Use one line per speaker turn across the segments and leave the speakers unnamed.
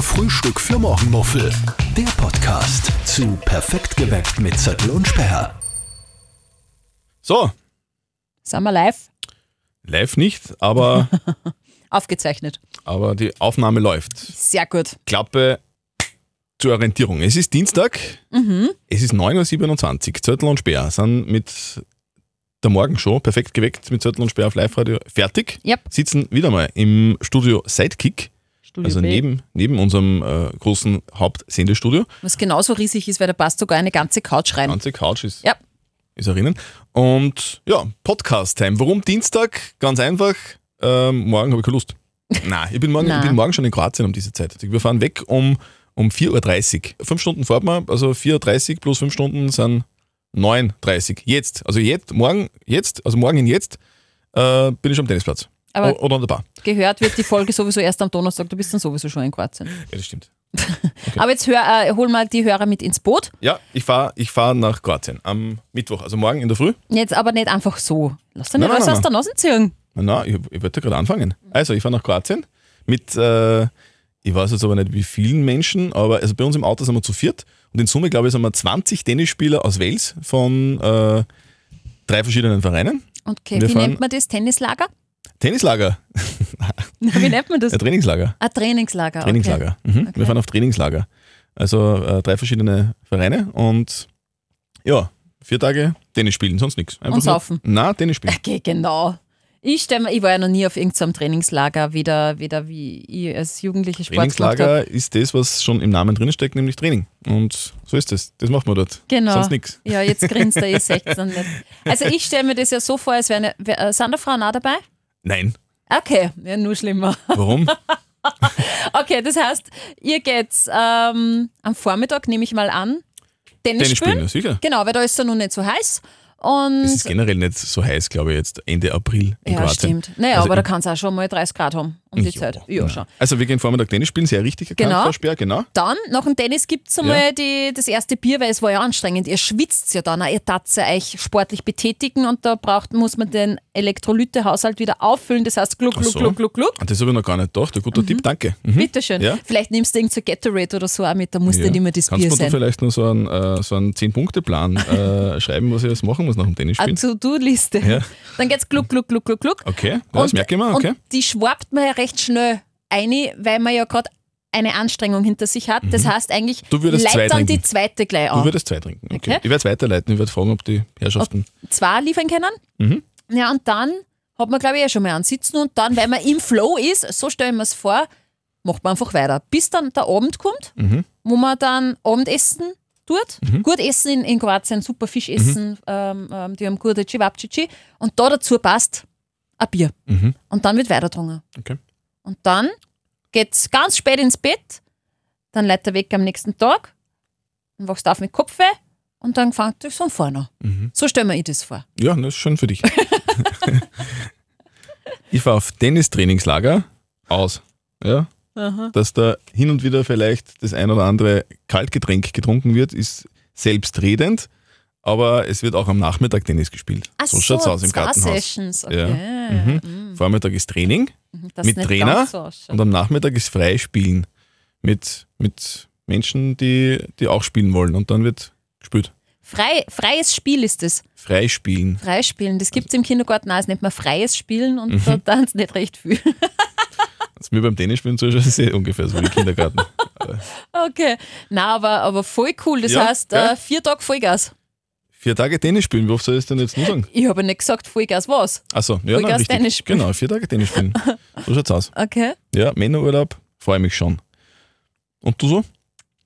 Frühstück für Morgenmuffel. Der Podcast zu Perfekt geweckt mit Zettel und Sperr.
So,
Sind wir live?
live nicht, aber,
Aufgezeichnet.
aber die Aufnahme läuft.
Sehr gut.
Klappe zur Orientierung. Es ist Dienstag,
Mhm.
es ist 9.27 Uhr. Zöttl und Speer sind mit der Morgenshow, perfekt geweckt mit Zöttl und Speer auf Live-Radio, fertig.
Yep.
Sitzen wieder mal im Studio Sidekick,
Studio
also
B.
neben, neben unserem äh, großen Hauptsendestudio.
Was genauso riesig ist, weil da passt sogar eine ganze Couch
Die
rein.
ganze Couch ist
Ja,
ist erinnern. Und ja, Podcast-Time. Warum Dienstag? Ganz einfach. Ähm, morgen habe ich keine Lust. Nein, ich bin, morgen, ich
Nein.
bin morgen schon in Kroatien um diese Zeit. Wir fahren weg um, um 4.30 Uhr. Fünf Stunden fahren wir, also 4.30 Uhr plus fünf Stunden sind 9.30 Uhr. Jetzt, also jetzt, morgen, jetzt, also morgen in jetzt, äh, bin ich schon am Tennisplatz.
Aber-
O- Oder an der Bar.
gehört wird die Folge sowieso erst am Donnerstag. Du bist dann sowieso schon in Kroatien.
Ja, das stimmt.
Aber jetzt hör, äh, hol mal die Hörer mit ins Boot.
Ja, ich fahre ich fahr nach Kroatien am Mittwoch, also morgen in der Früh.
Jetzt aber nicht einfach so. Lass dir nicht
Nein,
was
nein,
aus der Nase ziehen.
Na, na ich, ich wollte gerade anfangen. Also, ich fahre nach Kroatien mit, äh, ich weiß jetzt aber nicht wie vielen Menschen, aber also bei uns im Auto sind wir zu viert und in Summe, glaube ich, sind wir 20 Tennisspieler aus Wales von äh, drei verschiedenen Vereinen.
Okay,
Wir
wie
fahren-
nennt man das? Tennislager?
Tennislager,
Wie nennt man das?
äh, Trainingslager.
Ein Trainingslager.
Trainingslager. Mhm.
Okay.
Wir fahren auf Trainingslager. Also äh, drei verschiedene Vereine und ja, vier Tage Tennis spielen, sonst nichts. Einfach nur-
saufen.
Na, Tennis spielen.
Okay, genau. Ich, stell mir, ich war ja noch nie auf irgendeinem Trainingslager, weder, weder wie ich als Jugendliche Sport gemacht habe.
Trainingslager ist das, was schon im Namen drinsteckt, nämlich Training. Und so ist das. Das macht man dort.
Genau.
Sonst nichts.
Ja, jetzt grinst er, ihr seht es dann nicht. Also ich stelle mir das ja so vor, als wäre eine, wär, äh, sind da Frauen auch dabei?
Nein.
Okay, ja, nur schlimmer.
Warum?
Okay, das heißt, ihr geht ähm, am Vormittag, nehme ich mal an, Tennis,
Tennis
spielen.
spielen, ja, sicher.
Genau, weil da ist es ja nun nicht so heiß. Und
Es ist generell nicht so heiß, glaube ich, jetzt Ende April in
ja,
Kroatien.
stimmt. Naja,
Also
aber da
im-
kann es auch schon mal 30 Grad haben um die
Ja,
Zeit. Ja,
nein.
schon.
Also wir gehen Vormittag Tennis spielen, sehr richtig erkannt,
Genau.
Frau Speer, genau.
Dann, nach dem Tennis gibt es einmal die, das erste Bier, weil es war ja anstrengend. Ihr schwitzt ja dann, auch, ihr tat ja euch sportlich betätigen und da braucht, muss man den Elektrolytehaushalt wieder auffüllen. Das heißt, gluck,
Ach
gluck,
so.
gluck, gluck, gluck.
Ah, Das habe ich noch gar nicht gedacht. Ein guter Tipp, danke. Mhm.
Bitteschön.
Ja.
Vielleicht nimmst du irgend so Gatorade oder so auch mit, da muss ja. nicht immer das
Kannst
Bier
du mir da
sein.
vielleicht noch so einen, äh, so einen 10-Punkte-Plan äh, schreiben, was ich jetzt machen muss nach dem
Eine
Tennisspielen?
Ah, To-Do-Liste.
Ja.
Dann geht's gluck, gluck, gluck, gluck, gluck.
Okay, ja, das merke ich mir, okay.
Und die schwappt man ja recht schnell ein, weil man ja gerade eine Anstrengung hinter sich hat. Das heißt eigentlich,
Mhm. Du würdest zwei
leit dann die
trinken.
zweite gleich an.
Du würdest zwei trinken. Okay.
Okay.
Ich werde es weiterleiten, ich werde fragen, ob die Herrschaften.
zwei liefern können.
Mhm.
Ja, und dann hat man, glaube ich, eh schon mal einen Sitzen und dann, wenn man im Flow ist, so stellen wir es vor, macht man einfach weiter. Bis dann der Abend kommt,
Mhm.
wo man dann Abendessen tut. Gut essen in, in Kroatien, super Fisch
Mhm.
essen, ähm, ähm, die haben gute Cevapcici. Und da dazu passt ein Bier.
Mhm.
Und dann wird weiter getrunken.
Okay.
Und dann geht's ganz spät ins Bett, dann leitet der Weg am nächsten Tag, dann wachst du auf mit Kopf weh und dann fängt es von vorne an. So stellen wir ich das vor.
Ja, das ist schön für dich. ich war auf Tennistrainingslager aus. Ja. Dass da hin und wieder vielleicht das ein oder andere Kaltgetränk getrunken wird, ist selbstredend, aber es wird auch am Nachmittag Tennis gespielt.
Ach
so schaut's aus im
zwei
Gartenhaus.
Sessions,
Ja.
okay. Mhm.
Vormittag ist Training
Das
mit
nicht
Trainer
ganz so ausschaut.
und am Nachmittag ist Freispielen mit, mit Menschen, die, die auch spielen wollen und dann wird gespielt.
Frei, freies Spiel ist das.
Freispielen.
Freispielen, das gibt es im Kindergarten auch. Das nennt man freies Spielen und
Mhm.
da tanzt nicht recht viel.
Als mir beim Tennisspielen zuschauen, ist eh ungefähr so wie im Kindergarten.
Okay. Na, aber, aber voll cool. Das
Ja,
heißt,
gell?
äh, vier Tage Vollgas.
Vier Tage Tennis spielen, wie oft soll ich es denn jetzt nur sagen?
Ich habe nicht gesagt Vollgas, was?
Achso, ja,
Vollgas
nein, richtig.
Tennis spielen.
Genau, vier Tage Tennis spielen. So schaut's aus.
Okay.
Ja, Männerurlaub, freue mich schon. Und du so?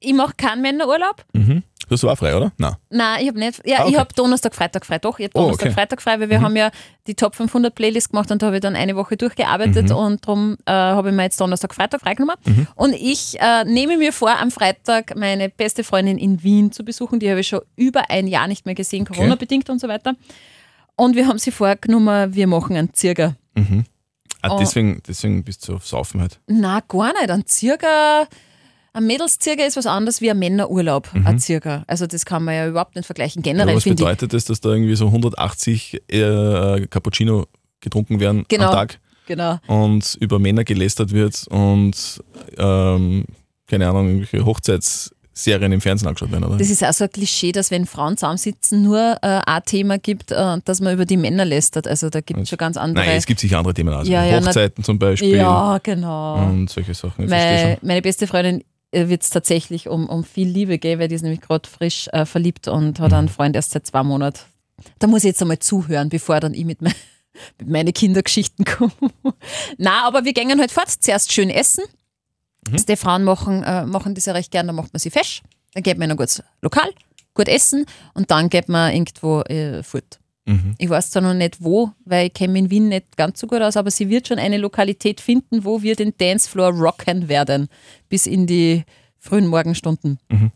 Ich mache keinen Männerurlaub.
Mhm. Du hast auch frei, oder? Nein.
Nein, ich habe nicht. Ja,
Ah, okay.
ich habe Donnerstag, Freitag frei. Doch, ich habe
Oh,
Donnerstag,
okay.
Freitag frei, weil wir haben ja die Top 500 Playlist gemacht und da habe ich dann eine Woche durchgearbeitet
Mhm.
und darum äh, habe ich mir jetzt Donnerstag, Freitag freigenommen. Und ich äh, nehme mir vor, am Freitag meine beste Freundin in Wien zu besuchen. Die habe ich schon über ein Jahr nicht mehr gesehen, Corona-bedingt und so weiter. Und wir haben sie vorgenommen, wir machen einen Zirger.
Ah,
Oh.
deswegen, deswegen bist du auf Saufen halt.
Na, gar nicht. Ein Zirger, ein Mädelszirger ist was anderes wie ein Männerurlaub, ein Zirger. Also das kann man ja überhaupt nicht vergleichen.
Aber
Generell
Mhm. was
finde ich.
bedeutet das, dass da irgendwie so 180 äh, Cappuccino getrunken werden
Genau.
am Tag
Genau.
und über Männer gelästert wird und ähm, keine Ahnung, irgendwelche Hochzeitsserien im Fernsehen angeschaut werden, oder?
Das ist auch so ein Klischee, dass wenn Frauen zusammensitzen, nur äh, ein Thema gibt, äh, dass man über die Männer lästert. Also da gibt es schon ganz andere.
Nein, es gibt sicher andere Themen. Also
Ja, ja, na-
Hochzeiten zum Beispiel
ja, genau.
und solche Sachen. Mhm, Ich verstehe
Meine, meine beste Freundin wird es tatsächlich um, um viel Liebe gehen, weil die ist nämlich gerade frisch äh, verliebt und
Mhm.
hat einen Freund erst seit zwei Monaten. Da muss ich jetzt einmal zuhören, bevor dann ich mit, mein, mit meinen Kindergeschichten komme. Na, aber wir gehen halt fort. Zuerst schön essen.
Hm?
Die Frauen machen, äh, machen das ja recht gern, da macht man sie fesch. Dann geht man in ein gutes Lokal, gut essen und dann geht man irgendwo äh, fort.
schon. Mhm.
Ich weiß zwar noch nicht wo, weil ich kenne mich in Wien nicht ganz so gut aus, aber sie wird schon eine Lokalität finden, wo wir den Dancefloor rocken werden. Bis in die frühen Morgenstunden.
Mhm.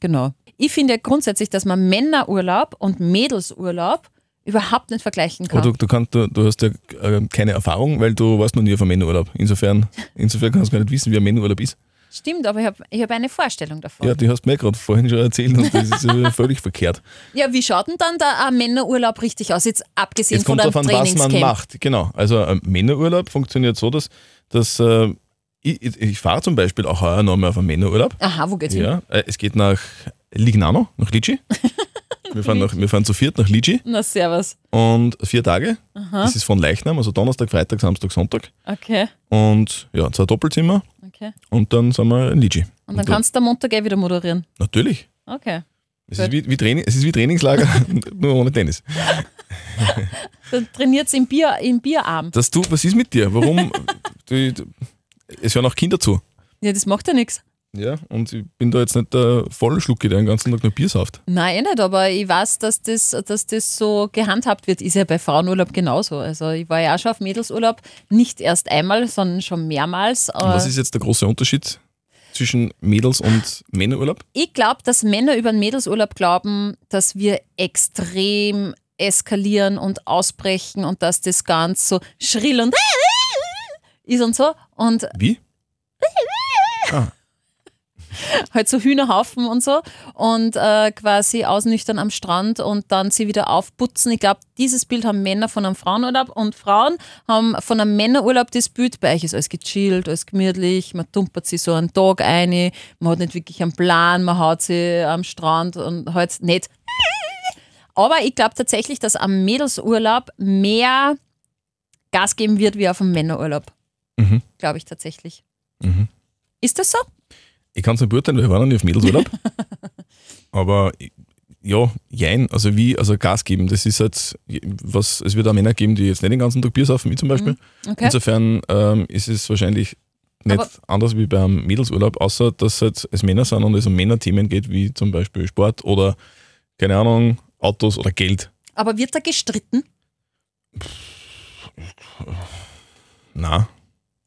Genau. Ich finde ja grundsätzlich, dass man Männerurlaub und Mädelsurlaub überhaupt nicht vergleichen
Aber
kann.
du, du, kannst, du, du hast ja äh, keine Erfahrung, weil du warst noch nie auf einem Männerurlaub. Insofern, insofern kannst du gar nicht wissen, wie ein Männerurlaub ist.
Stimmt, aber ich habe ich hab eine Vorstellung davon.
Ja, die hast du mir gerade vorhin schon erzählt und das ist äh, völlig verkehrt.
Ja, wie schaut denn dann der äh, Männerurlaub richtig aus? Jetzt abgesehen
Jetzt kommt
von einem
darauf an, was
Trainingscamp.
man macht. Genau. Also ein Männerurlaub funktioniert so, dass, dass äh, ich, ich, ich fahre zum Beispiel auch heuer nochmal auf einen Männerurlaub.
Aha, wo geht's hin?
Ja, äh, es geht nach Lignano, nach Lici. Wir fahren, nach, wir fahren zu viert nach Lici
Na, servus.
und vier Tage. Das ist von Leichnam, also Donnerstag, Freitag, Samstag, Sonntag.
Okay,
Und ja, zwei Doppelzimmer
okay.
und dann sind wir in Lici.
Und dann kannst du am Montag eh wieder moderieren.
Natürlich.
Okay.
Es
Gut.
ist wie, wie, Training, es ist wie Trainingslager, nur ohne Tennis.
Dann trainiert's im, Bier, im Bierarm.
Dass du, was ist mit dir? Warum? du, du, es hören auch Kinder zu.
Ja, das macht ja nichts.
Ja, und ich bin da jetzt nicht der Vollschlucke, der den ganzen Tag nur Bier sauft.
Nein, eh nicht, aber ich weiß, dass das, dass das so gehandhabt wird. Ist ja bei Frauenurlaub genauso. Also ich war ja auch schon auf Mädelsurlaub, nicht erst einmal, sondern schon mehrmals.
Und was ist jetzt der große Unterschied zwischen Mädels- und Männerurlaub?
ich glaube, dass Männer über den Mädelsurlaub glauben, dass wir extrem eskalieren und ausbrechen und dass das ganz so schrill und ist und so. Und
Wie?
halt so Hühnerhaufen und so und äh, quasi ausnüchtern am Strand und dann sie wieder aufputzen. Ich glaube, dieses Bild haben Männer von einem Frauenurlaub und Frauen haben von einem Männerurlaub das Bild. Bei euch ist alles gechillt, alles gemütlich, man tumpert sich so einen Tag ein, man hat nicht wirklich einen Plan, man haut sie am Strand und halt nicht. Aber ich glaube tatsächlich, dass am Mädelsurlaub mehr Gas geben wird wie auf dem Männerurlaub.
Mhm.
Glaube ich tatsächlich.
Mhm.
Ist das so?
Ich kann es nicht beurteilen, weil ich war noch nie auf Mädelsurlaub. Aber ich- ja, jein, also wie, also Gas geben, das ist halt, was, es wird auch Männer geben, die jetzt nicht den ganzen Tag Bier saufen, wie zum Beispiel.
Okay.
Insofern ähm, ist es wahrscheinlich nicht
Aber-
anders wie beim Mädelsurlaub, außer dass halt es Männer sind und es um Männerthemen geht, wie zum Beispiel Sport oder, keine Ahnung, Autos oder Geld.
Aber wird da gestritten?
Na,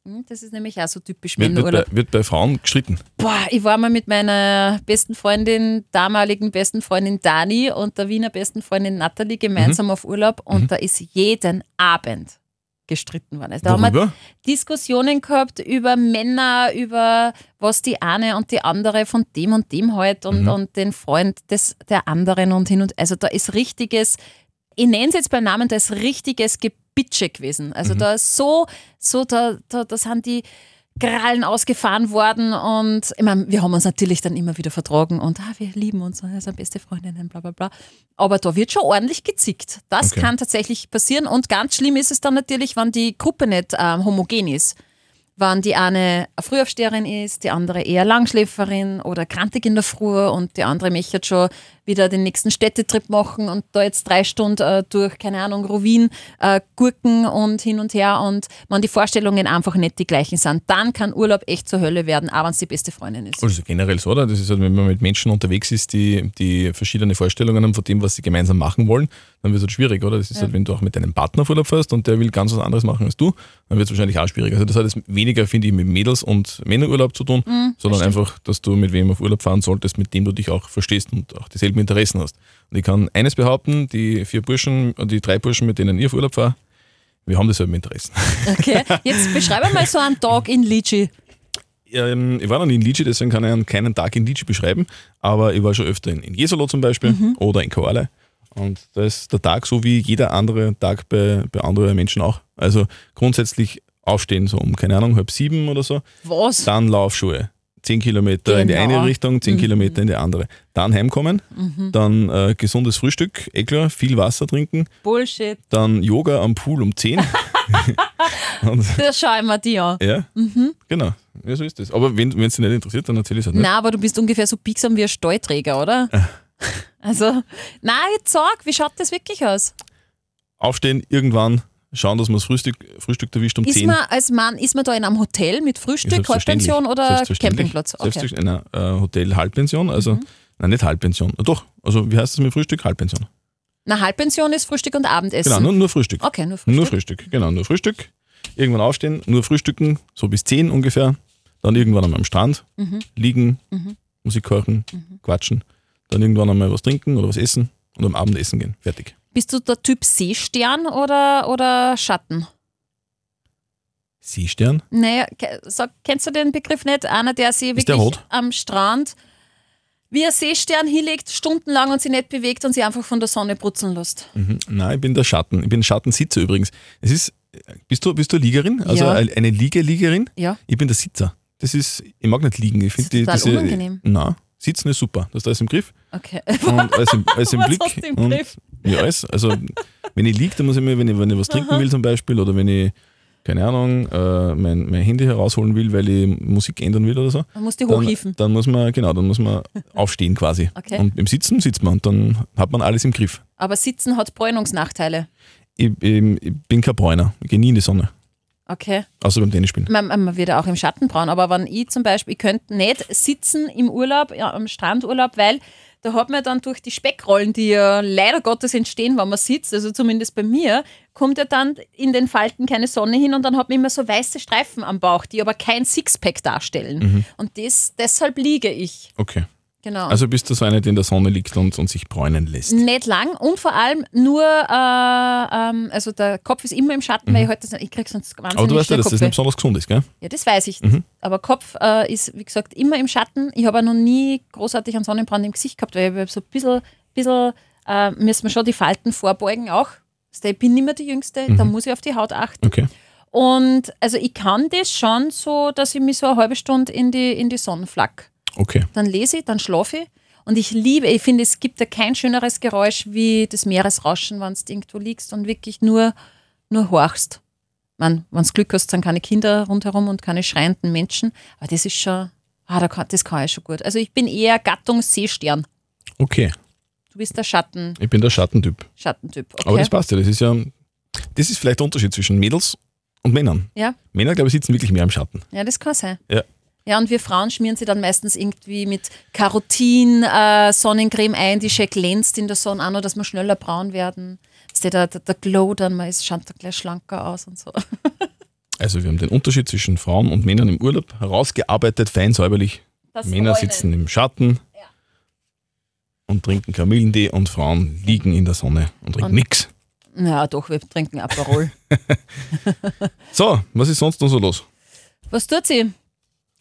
Hm, Das ist nämlich auch so typisch
wird, wird,
Männerurlaub.
bei, wird bei Frauen gestritten.
Boah, ich war mal mit meiner besten Freundin, damaligen besten Freundin Dani und der Wiener besten Freundin Natalie gemeinsam auf Urlaub und da ist jeden Abend gestritten worden. Also da haben wir
Worüber?
Diskussionen gehabt über Männer, über was die eine und die andere von dem und dem halt und,
Mhm.
und den Freund des, der anderen und hin und also da ist richtiges, ich nenne es jetzt beim Namen, da ist richtiges Gebitsche gewesen.
Mhm.
Also da ist so, so, da, da, da sind die Krallen ausgefahren worden und ich meine, wir haben uns natürlich dann immer wieder vertragen und ah, wir lieben uns, wir sind beste Freundinnen, bla bla bla. Aber da wird schon ordentlich gezickt. Das
Okay.
kann tatsächlich passieren und ganz schlimm ist es dann natürlich, wenn die Gruppe nicht ähm, homogen ist wann die eine eine Frühaufsteherin ist, die andere eher Langschläferin oder krantig in der Früh und die andere möchte jetzt schon wieder den nächsten Städtetrip machen und da jetzt drei Stunden äh, durch, keine Ahnung, Rovin, äh, Gurken und hin und her und wenn die Vorstellungen einfach nicht die gleichen sind, dann kann Urlaub echt zur Hölle werden, auch wenn es die beste Freundin ist.
Also generell so, oder? Das ist halt, wenn man mit Menschen unterwegs ist, die, die verschiedene Vorstellungen haben von dem, was sie gemeinsam machen wollen, dann wird es halt schwierig, oder? Das ist halt, wenn du auch mit deinem Partner auf Urlaub fährst und der will ganz was anderes machen als du, dann wird es wahrscheinlich auch schwierig. Also das hat jetzt weniger, finde ich, mit Mädels und Männerurlaub zu tun, sondern einfach, dass du mit wem auf Urlaub fahren solltest, mit dem du dich auch verstehst und auch dieselben Interessen hast. Und ich kann eines behaupten, die vier Burschen, äh, die drei Burschen, mit denen ich auf Urlaub fahre, wir haben dieselben Interessen.
Okay, jetzt beschreibe mal so einen Tag in Lidschi.
ähm, ich war noch nie in Lidschi, deswegen kann ich an keinen Tag in Lidschi beschreiben, aber ich war schon öfter in, in Jesolo zum Beispiel oder in Koale. Und da ist der Tag so wie jeder andere Tag bei, bei anderen Menschen auch. Also grundsätzlich aufstehen so um, keine Ahnung, halb sieben oder so,
Was?
dann Laufschuhe, 10 Kilometer in die
Genau.
eine Richtung, 10 Kilometer in die andere. Dann heimkommen, dann äh, gesundes Frühstück, eh klar, viel Wasser trinken,
Bullshit.
dann Yoga am Pool um 10. Und,
Das schau ich mir die an.
ja, genau. Ja, so ist das. Aber wenn es dich nicht interessiert, dann erzähl ich es halt nicht.
Nein, aber du bist ungefähr so biegsam wie ein Stallträger, oder?
Äh.
Also, nein, jetzt sag, wie schaut das wirklich aus?
Aufstehen, irgendwann, schauen, dass man das Frühstück, Frühstück erwischt um
Ist
10.
man als Mann, ist man da in einem Hotel mit Frühstück,
Selbstverständlich.
Halbpension oder
Selbstverständlich.
Campingplatz? Okay. Mhm.
Selbstverständlich. Nein, äh, Hotel Halbpension, also nein, nicht Halbpension. Doch, also wie heißt das mit Frühstück? Halbpension.
Na, Halbpension ist Frühstück und Abendessen.
Genau, nur, nur Frühstück.
Okay, nur Frühstück.
Nur Frühstück, genau, nur Frühstück. Irgendwann aufstehen, nur frühstücken, so bis 10 ungefähr. Dann irgendwann einmal am Strand
Mhm.
liegen, Musik hören, quatschen. Dann irgendwann einmal was trinken oder was essen und am Abend essen gehen. Fertig.
Bist du der Typ Seestern oder, oder Schatten?
Seestern?
Naja, ke- sag, kennst du den Begriff nicht? Einer, der sich
der
wirklich
rot?
am Strand wie ein Seestern hinlegt, stundenlang und sich nicht bewegt und sich einfach von der Sonne putzen lässt.
Mhm. Nein, ich bin der Schatten. Ich bin Schattensitzer übrigens. Es ist, bist du, bist du Liegerin? Also
Ja.
eine Liege-Liegerin?
Ja.
Ich bin der Sitzer. Das ist, ich mag nicht liegen. Ich finde
Das ist
die-
total
diese,
unangenehm.
Nein, sitzen ist super. Das da ist im Griff
Okay.
und alles im, alles im
Was
Blick.
hast du im
und,
Griff?
Ja, alles. Also, wenn ich liege, dann muss ich mir, wenn ich, wenn ich was trinken will zum Beispiel oder wenn ich, keine Ahnung, äh, mein, mein Handy herausholen will, weil ich Musik ändern will oder so.
Man muss die
Dann,
hochhieven.
dann muss man, genau, dann muss man aufstehen quasi.
Okay.
Und im Sitzen sitzt man und dann hat man alles im Griff.
Aber Sitzen hat Bräunungsnachteile.
Ich, ich, ich bin kein Bräuner. Ich gehe nie in die Sonne.
Okay.
Außer beim Tennisspielen.
Man, man wird ja auch im Schatten braun, aber wenn ich zum Beispiel, ich könnte nicht sitzen im Urlaub, ja, am Strandurlaub, weil da hat man dann durch die Speckrollen, die ja leider Gottes entstehen, wenn man sitzt, also zumindest bei mir, kommt ja dann in den Falten keine Sonne hin und dann hat man immer so weiße Streifen am Bauch, die aber kein Sixpack darstellen. Und das, deshalb liege ich.
Okay.
Genau.
Mhm. Also bist du so eine, die in der Sonne liegt und, und sich bräunen lässt.
Nicht lang und vor allem nur, äh, ähm, also der Kopf ist immer im Schatten, weil ich halt das, ich krieg sonst wahnsinnig
Mhm. Aber du weißt ja,
schnell
dass das
Kopfweh.
nicht besonders gesund ist, gell?
Ja, das weiß ich. Aber Kopf äh, ist, wie gesagt, immer im Schatten. Ich habe auch noch nie großartig einen Sonnenbrand im Gesicht gehabt, weil ich hab so ein bisschen, bisschen äh, müssen wir schon die Falten vorbeugen auch. Weißt du, Ich bin nicht mehr die Jüngste, da muss ich auf die Haut achten.
Okay.
Und also ich kann das schon so, dass ich mich so eine halbe Stunde in die, in die Sonne flack.
Okay.
Dann lese ich, dann schlafe ich. Und ich liebe, ich finde, es gibt ja kein schöneres Geräusch wie das Meeresrauschen, wenn du irgendwo liegst und wirklich nur, nur horchst. Man, wenn du Glück hast, dann keine Kinder rundherum und keine schreienden Menschen. Aber das ist schon, ah, da kann, das kann ich schon gut. Also ich bin eher Gattung Seestern.
Okay.
Du bist der Schatten,
Ich bin der Schattentyp.
Schattentyp. Okay.
Aber das passt ja. Das ist ja, das ist vielleicht der Unterschied zwischen Mädels und Männern.
ja,
Männer, glaube ich, sitzen wirklich mehr im Schatten.
ja, das kann sein.
Ja.
Ja, und wir Frauen schmieren sie dann meistens irgendwie mit Karotin, äh, Sonnencreme ein, die schon glänzt in der Sonne an, dass wir schneller braun werden. Ist der, der, der Glow dann, man ist, schaut dann gleich schlanker aus und so.
Also wir haben den Unterschied zwischen Frauen und Männern im Urlaub herausgearbeitet, fein säuberlich.
Das
Männer
Bräunen.
sitzen im Schatten und trinken Kamillentee und Frauen liegen in der Sonne und trinken
Und-
nix.
Ja, doch, wir trinken Aperol.
So, was ist sonst noch so los?
Was tut sie?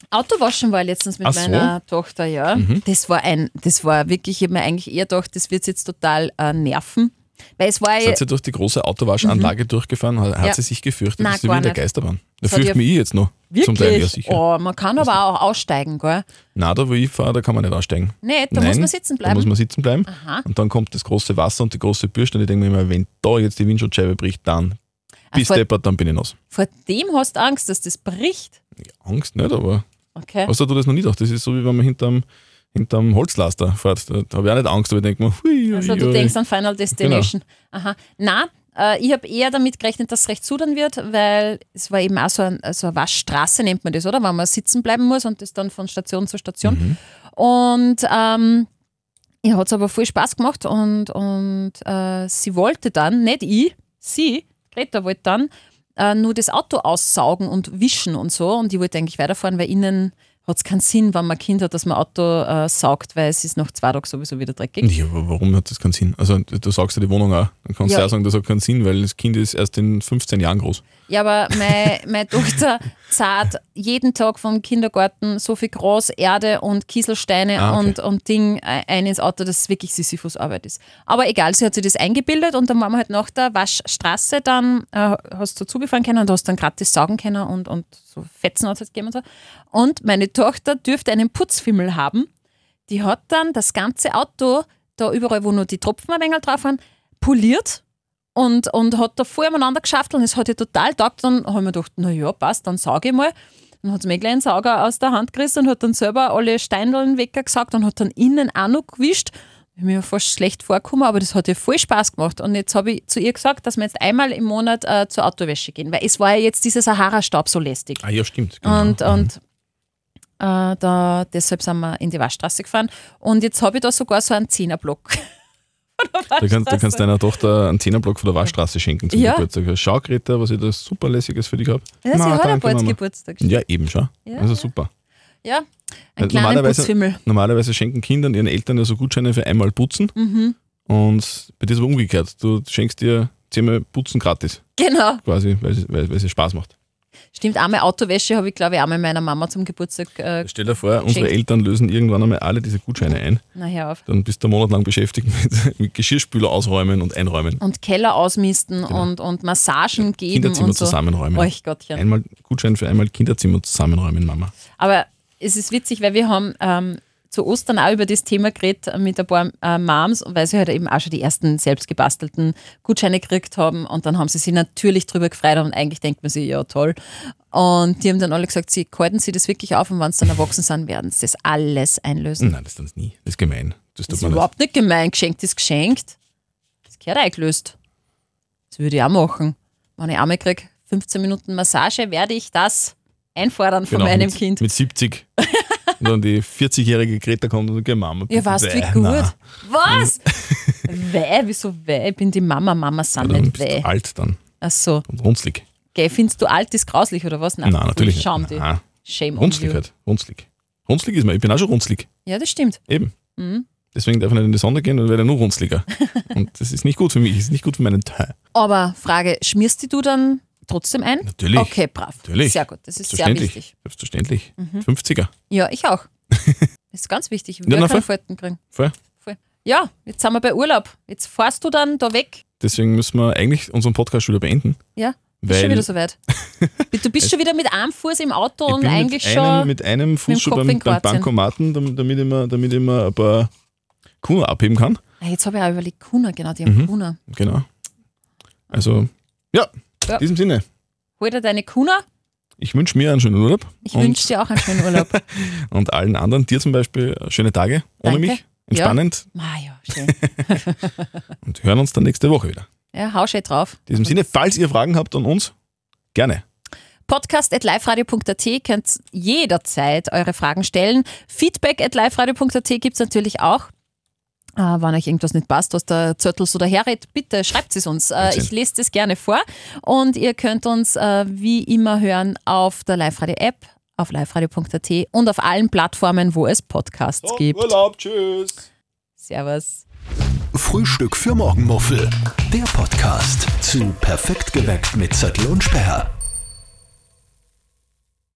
Auto waschen war ich letztens mit
Ach so. Mhm.
meiner Tochter, ja. Das war ein, das war wirklich, ich habe mir eigentlich eher gedacht, das wird jetzt total äh, nerven. Weil es war ja,
Seid ihr durch die große Autowaschanlage durchgefahren? Hat, hat
Äh, Mhm. Ja.
sie sich gefürchtet?
Nein,
das ist ja
gar
wie in der
nicht.
Geisterbahn. Da
Das hat
fürchte
ihr-
mich ich jetzt noch. Zum Teil ja
wirklich,
sicher.
oh, man kann aber auch aussteigen, gell?
Na, da wo ich fahre, da kann man nicht aussteigen.
Nee, da
Nein,
muss man sitzen
Da muss
bleiben.
man sitzen bleiben.
Aha.
Und dann kommt das große Wasser und die große Bürste. Und ich denke mir immer, wenn da jetzt die Windschutzscheibe bricht, dann bis
vor,
deppert, dann bin ich nass.
vor dem hast du Angst, dass das bricht.
Angst nicht, aber
Okay.
hast du dir das noch nie gedacht? Das ist so, wie wenn man hinterm, hinterm Holzlaster fährt. Da habe ich auch nicht Angst, aber ich denke mir, hui,
Also
hui,
du
hui.
denkst an Final Destination. Aha. Na, äh, ich habe eher damit gerechnet, dass es recht zudern wird, weil es war eben auch so, ein, so eine Waschstraße, nennt man das, oder? Wenn man sitzen bleiben muss und das dann von Station zu Station. Und ähm, ihr hat es aber voll Spaß gemacht und, und äh, sie wollte dann, nicht ich, sie, Greta wollte dann äh, nur das Auto aussaugen und wischen und so. Und ich wollte eigentlich weiterfahren, weil innen hat es keinen Sinn, wenn man ein Kind hat, dass man Auto äh, saugt, weil es ist nach zwei Tagen sowieso wieder dreckig.
ja, aber warum hat das keinen Sinn? Also du du sagst ja die Wohnung auch. Dann kannst du
Ja.
auch sagen, das hat keinen Sinn, weil das Kind ist erst in 15 Jahren groß.
Ja, aber meine, meine Tochter zahlt jeden Tag vom Kindergarten so viel Gras, Erde und Kieselsteine
Ah, okay.
und, und Ding ein ein ins Auto, dass es wirklich Sisyphus-Arbeit ist. Aber egal, sie hat sich das eingebildet und dann waren wir halt nach der Waschstraße, dann äh, hast du zugefahren können und hast dann gratis saugen können und, und so Fetzen hat es halt gegeben und so. Und meine Tochter dürfte einen Putzfimmel haben. Die hat dann das ganze Auto, da überall, wo nur die Tropfen ein wenig drauf waren, poliert und, und hat da voll umeinander geschafft und es hat ihr total taugt. Dann haben wir gedacht, naja, passt, dann sauge ich mal. Dann hat sie mir gleich einen Sauger aus der Hand gerissen und hat dann selber alle Steindeln weggesaugt und hat dann innen auch noch gewischt. Ich bin mir fast schlecht vorgekommen, aber das hat ihr voll Spaß gemacht. Und jetzt habe ich zu ihr gesagt, dass wir jetzt einmal im Monat äh, zur Autowäsche gehen, weil es war ja jetzt dieser Sahara-Staub so lästig.
Ah ja, stimmt.
Und, und äh, da, deshalb sind wir in die Waschstraße gefahren. Und jetzt habe ich da sogar so einen Zehnerblock.
da, kannst, da kannst deiner Tochter einen Zehnerblock von der Waschstraße schenken zum
Ja.
Geburtstag. Schau, Greta, was ich da superlässiges für dich habe.
Ja, sie hat ja bald
Mama.
Geburtstag.
Ja, eben, schau.
Ja,
also
ja.
super.
Ja, ein
Äh,
kleiner Putzfimmel.
normalerweise schenken Kindern ihren Eltern ja so Gutscheine für einmal putzen.
Mhm.
Und bei dir ist aber umgekehrt. Du schenkst dir zehnmal putzen gratis,
Genau.
quasi, weil es- weil weil es ihr Spaß macht.
Stimmt, einmal Autowäsche habe ich, glaube ich, einmal meiner Mama zum Geburtstag. Äh,
Stell dir vor, unsere
Geschenkt.
Eltern lösen irgendwann einmal alle diese Gutscheine ein.
na, hör auf.
Dann bist du monatelang beschäftigt mit, mit Geschirrspüler ausräumen und einräumen.
Und Keller ausmisten und, und Massagen
Genau.
geben.
Kinderzimmer
und so.
zusammenräumen.
Euch Gottchen.
Einmal Gutschein für einmal Kinderzimmer zusammenräumen, Mama.
Aber es ist witzig, weil wir haben ähm, zu Ostern auch über das Thema geredet mit ein paar äh, Moms, weil sie halt eben auch schon die ersten selbstgebastelten Gutscheine gekriegt haben und dann haben sie sich natürlich drüber gefreut und eigentlich denkt man sich, ja toll. Und die haben dann alle gesagt, sie halten sie das wirklich auf und wenn sie dann erwachsen sind, werden sie das alles einlösen.
Nein, das tanzt nie. Das ist gemein. Das Hm, tut
Das ist
man nicht.
überhaupt nicht gemein. Geschenkt ist geschenkt. Das gehört eingelöst. Das würde ich auch machen. Wenn ich einmal kriege, 15 Minuten Massage, werde ich das einfordern von
Genau,
meinem
mit,
Kind.
Mit 70. und dann die 40-jährige Greta kommt und sagt, okay, Mama,
Ihr warst wie
Bäh,
gut.
na.
Was? weh, wieso weh? Ich bin die Mama, Mama sind
Dann
nicht
bist
weh.
du alt dann
Achso,
und runzlig.
gell, findest du alt ist grauslich oder was?
Nein, natürlich nicht.
Scham um dich.
Nein.
Shame on
Runzlig
you.
halt. Runzlig. Runzlig ist man. Ich bin auch schon runzlig.
Ja, das stimmt.
Eben.
Mhm.
Deswegen darf ich nicht in die Sonne gehen, dann werde ich nur runzliger. und das ist nicht gut für mich. Das ist nicht gut für meinen Teil.
Aber Frage, schmierst die du dann trotzdem ein?
Natürlich.
Okay, brav.
Natürlich.
Sehr gut, das ist sehr
Selbstverständlich.
wichtig. Mhm.
Selbstverständlich. 50er.
Ja, ich auch. ist ganz wichtig. Ich
Ja,
will
na,
keine
voll.
Falten kriegen.
Voll.
Voll. Ja, jetzt sind wir bei Urlaub. Jetzt fahrst du dann da weg.
Deswegen müssen wir eigentlich unseren Podcast schon wieder beenden.
Ja, bist
Weil
schon wieder soweit. Du bist schon wieder mit einem Fuß im Auto
ich
und
bin
eigentlich
mit,
schon.
einem, mit einem Fuß
mit dem
schon
Kopf
beim,
in
beim Bankomaten,
Kroatien.
dam- damit ich mir, damit ich mir ein paar Kuna abheben kann.
Ah, jetzt habe ich auch überlegt, Kuna, genau, die haben Kuna.
Genau. Also, ja,
Ja.
in diesem Sinne.
Hol dir deine Kuna.
Ich wünsche mir einen schönen Urlaub
Ich
und,
wünsche dir auch einen schönen Urlaub.
und allen anderen, dir zum Beispiel, äh, schöne Tage ohne
Danke.
mich. Entspannend
ah, ja, schön.
und hören uns dann nächste Woche wieder.
Ja, hau schön drauf.
In diesem Sinne, falls ihr Fragen habt an uns, gerne.
Podcast at liveradio.at könnt jederzeit eure Fragen stellen. Feedback at liveradio.at gibt es natürlich auch. Äh, wenn euch irgendwas nicht passt, was der Zörtel so daherredet, bitte schreibt es uns. Äh,
Wahnsinn.
ich lese das gerne vor. Und ihr könnt uns äh, wie immer hören auf der Live-Radio-App, auf liveradio.at und auf allen Plattformen, wo es Podcasts gibt.
Urlaub, tschüss.
Servus.
Frühstück für Morgenmuffel. Der Podcast zu Perfekt geweckt mit Zettel und Sperr.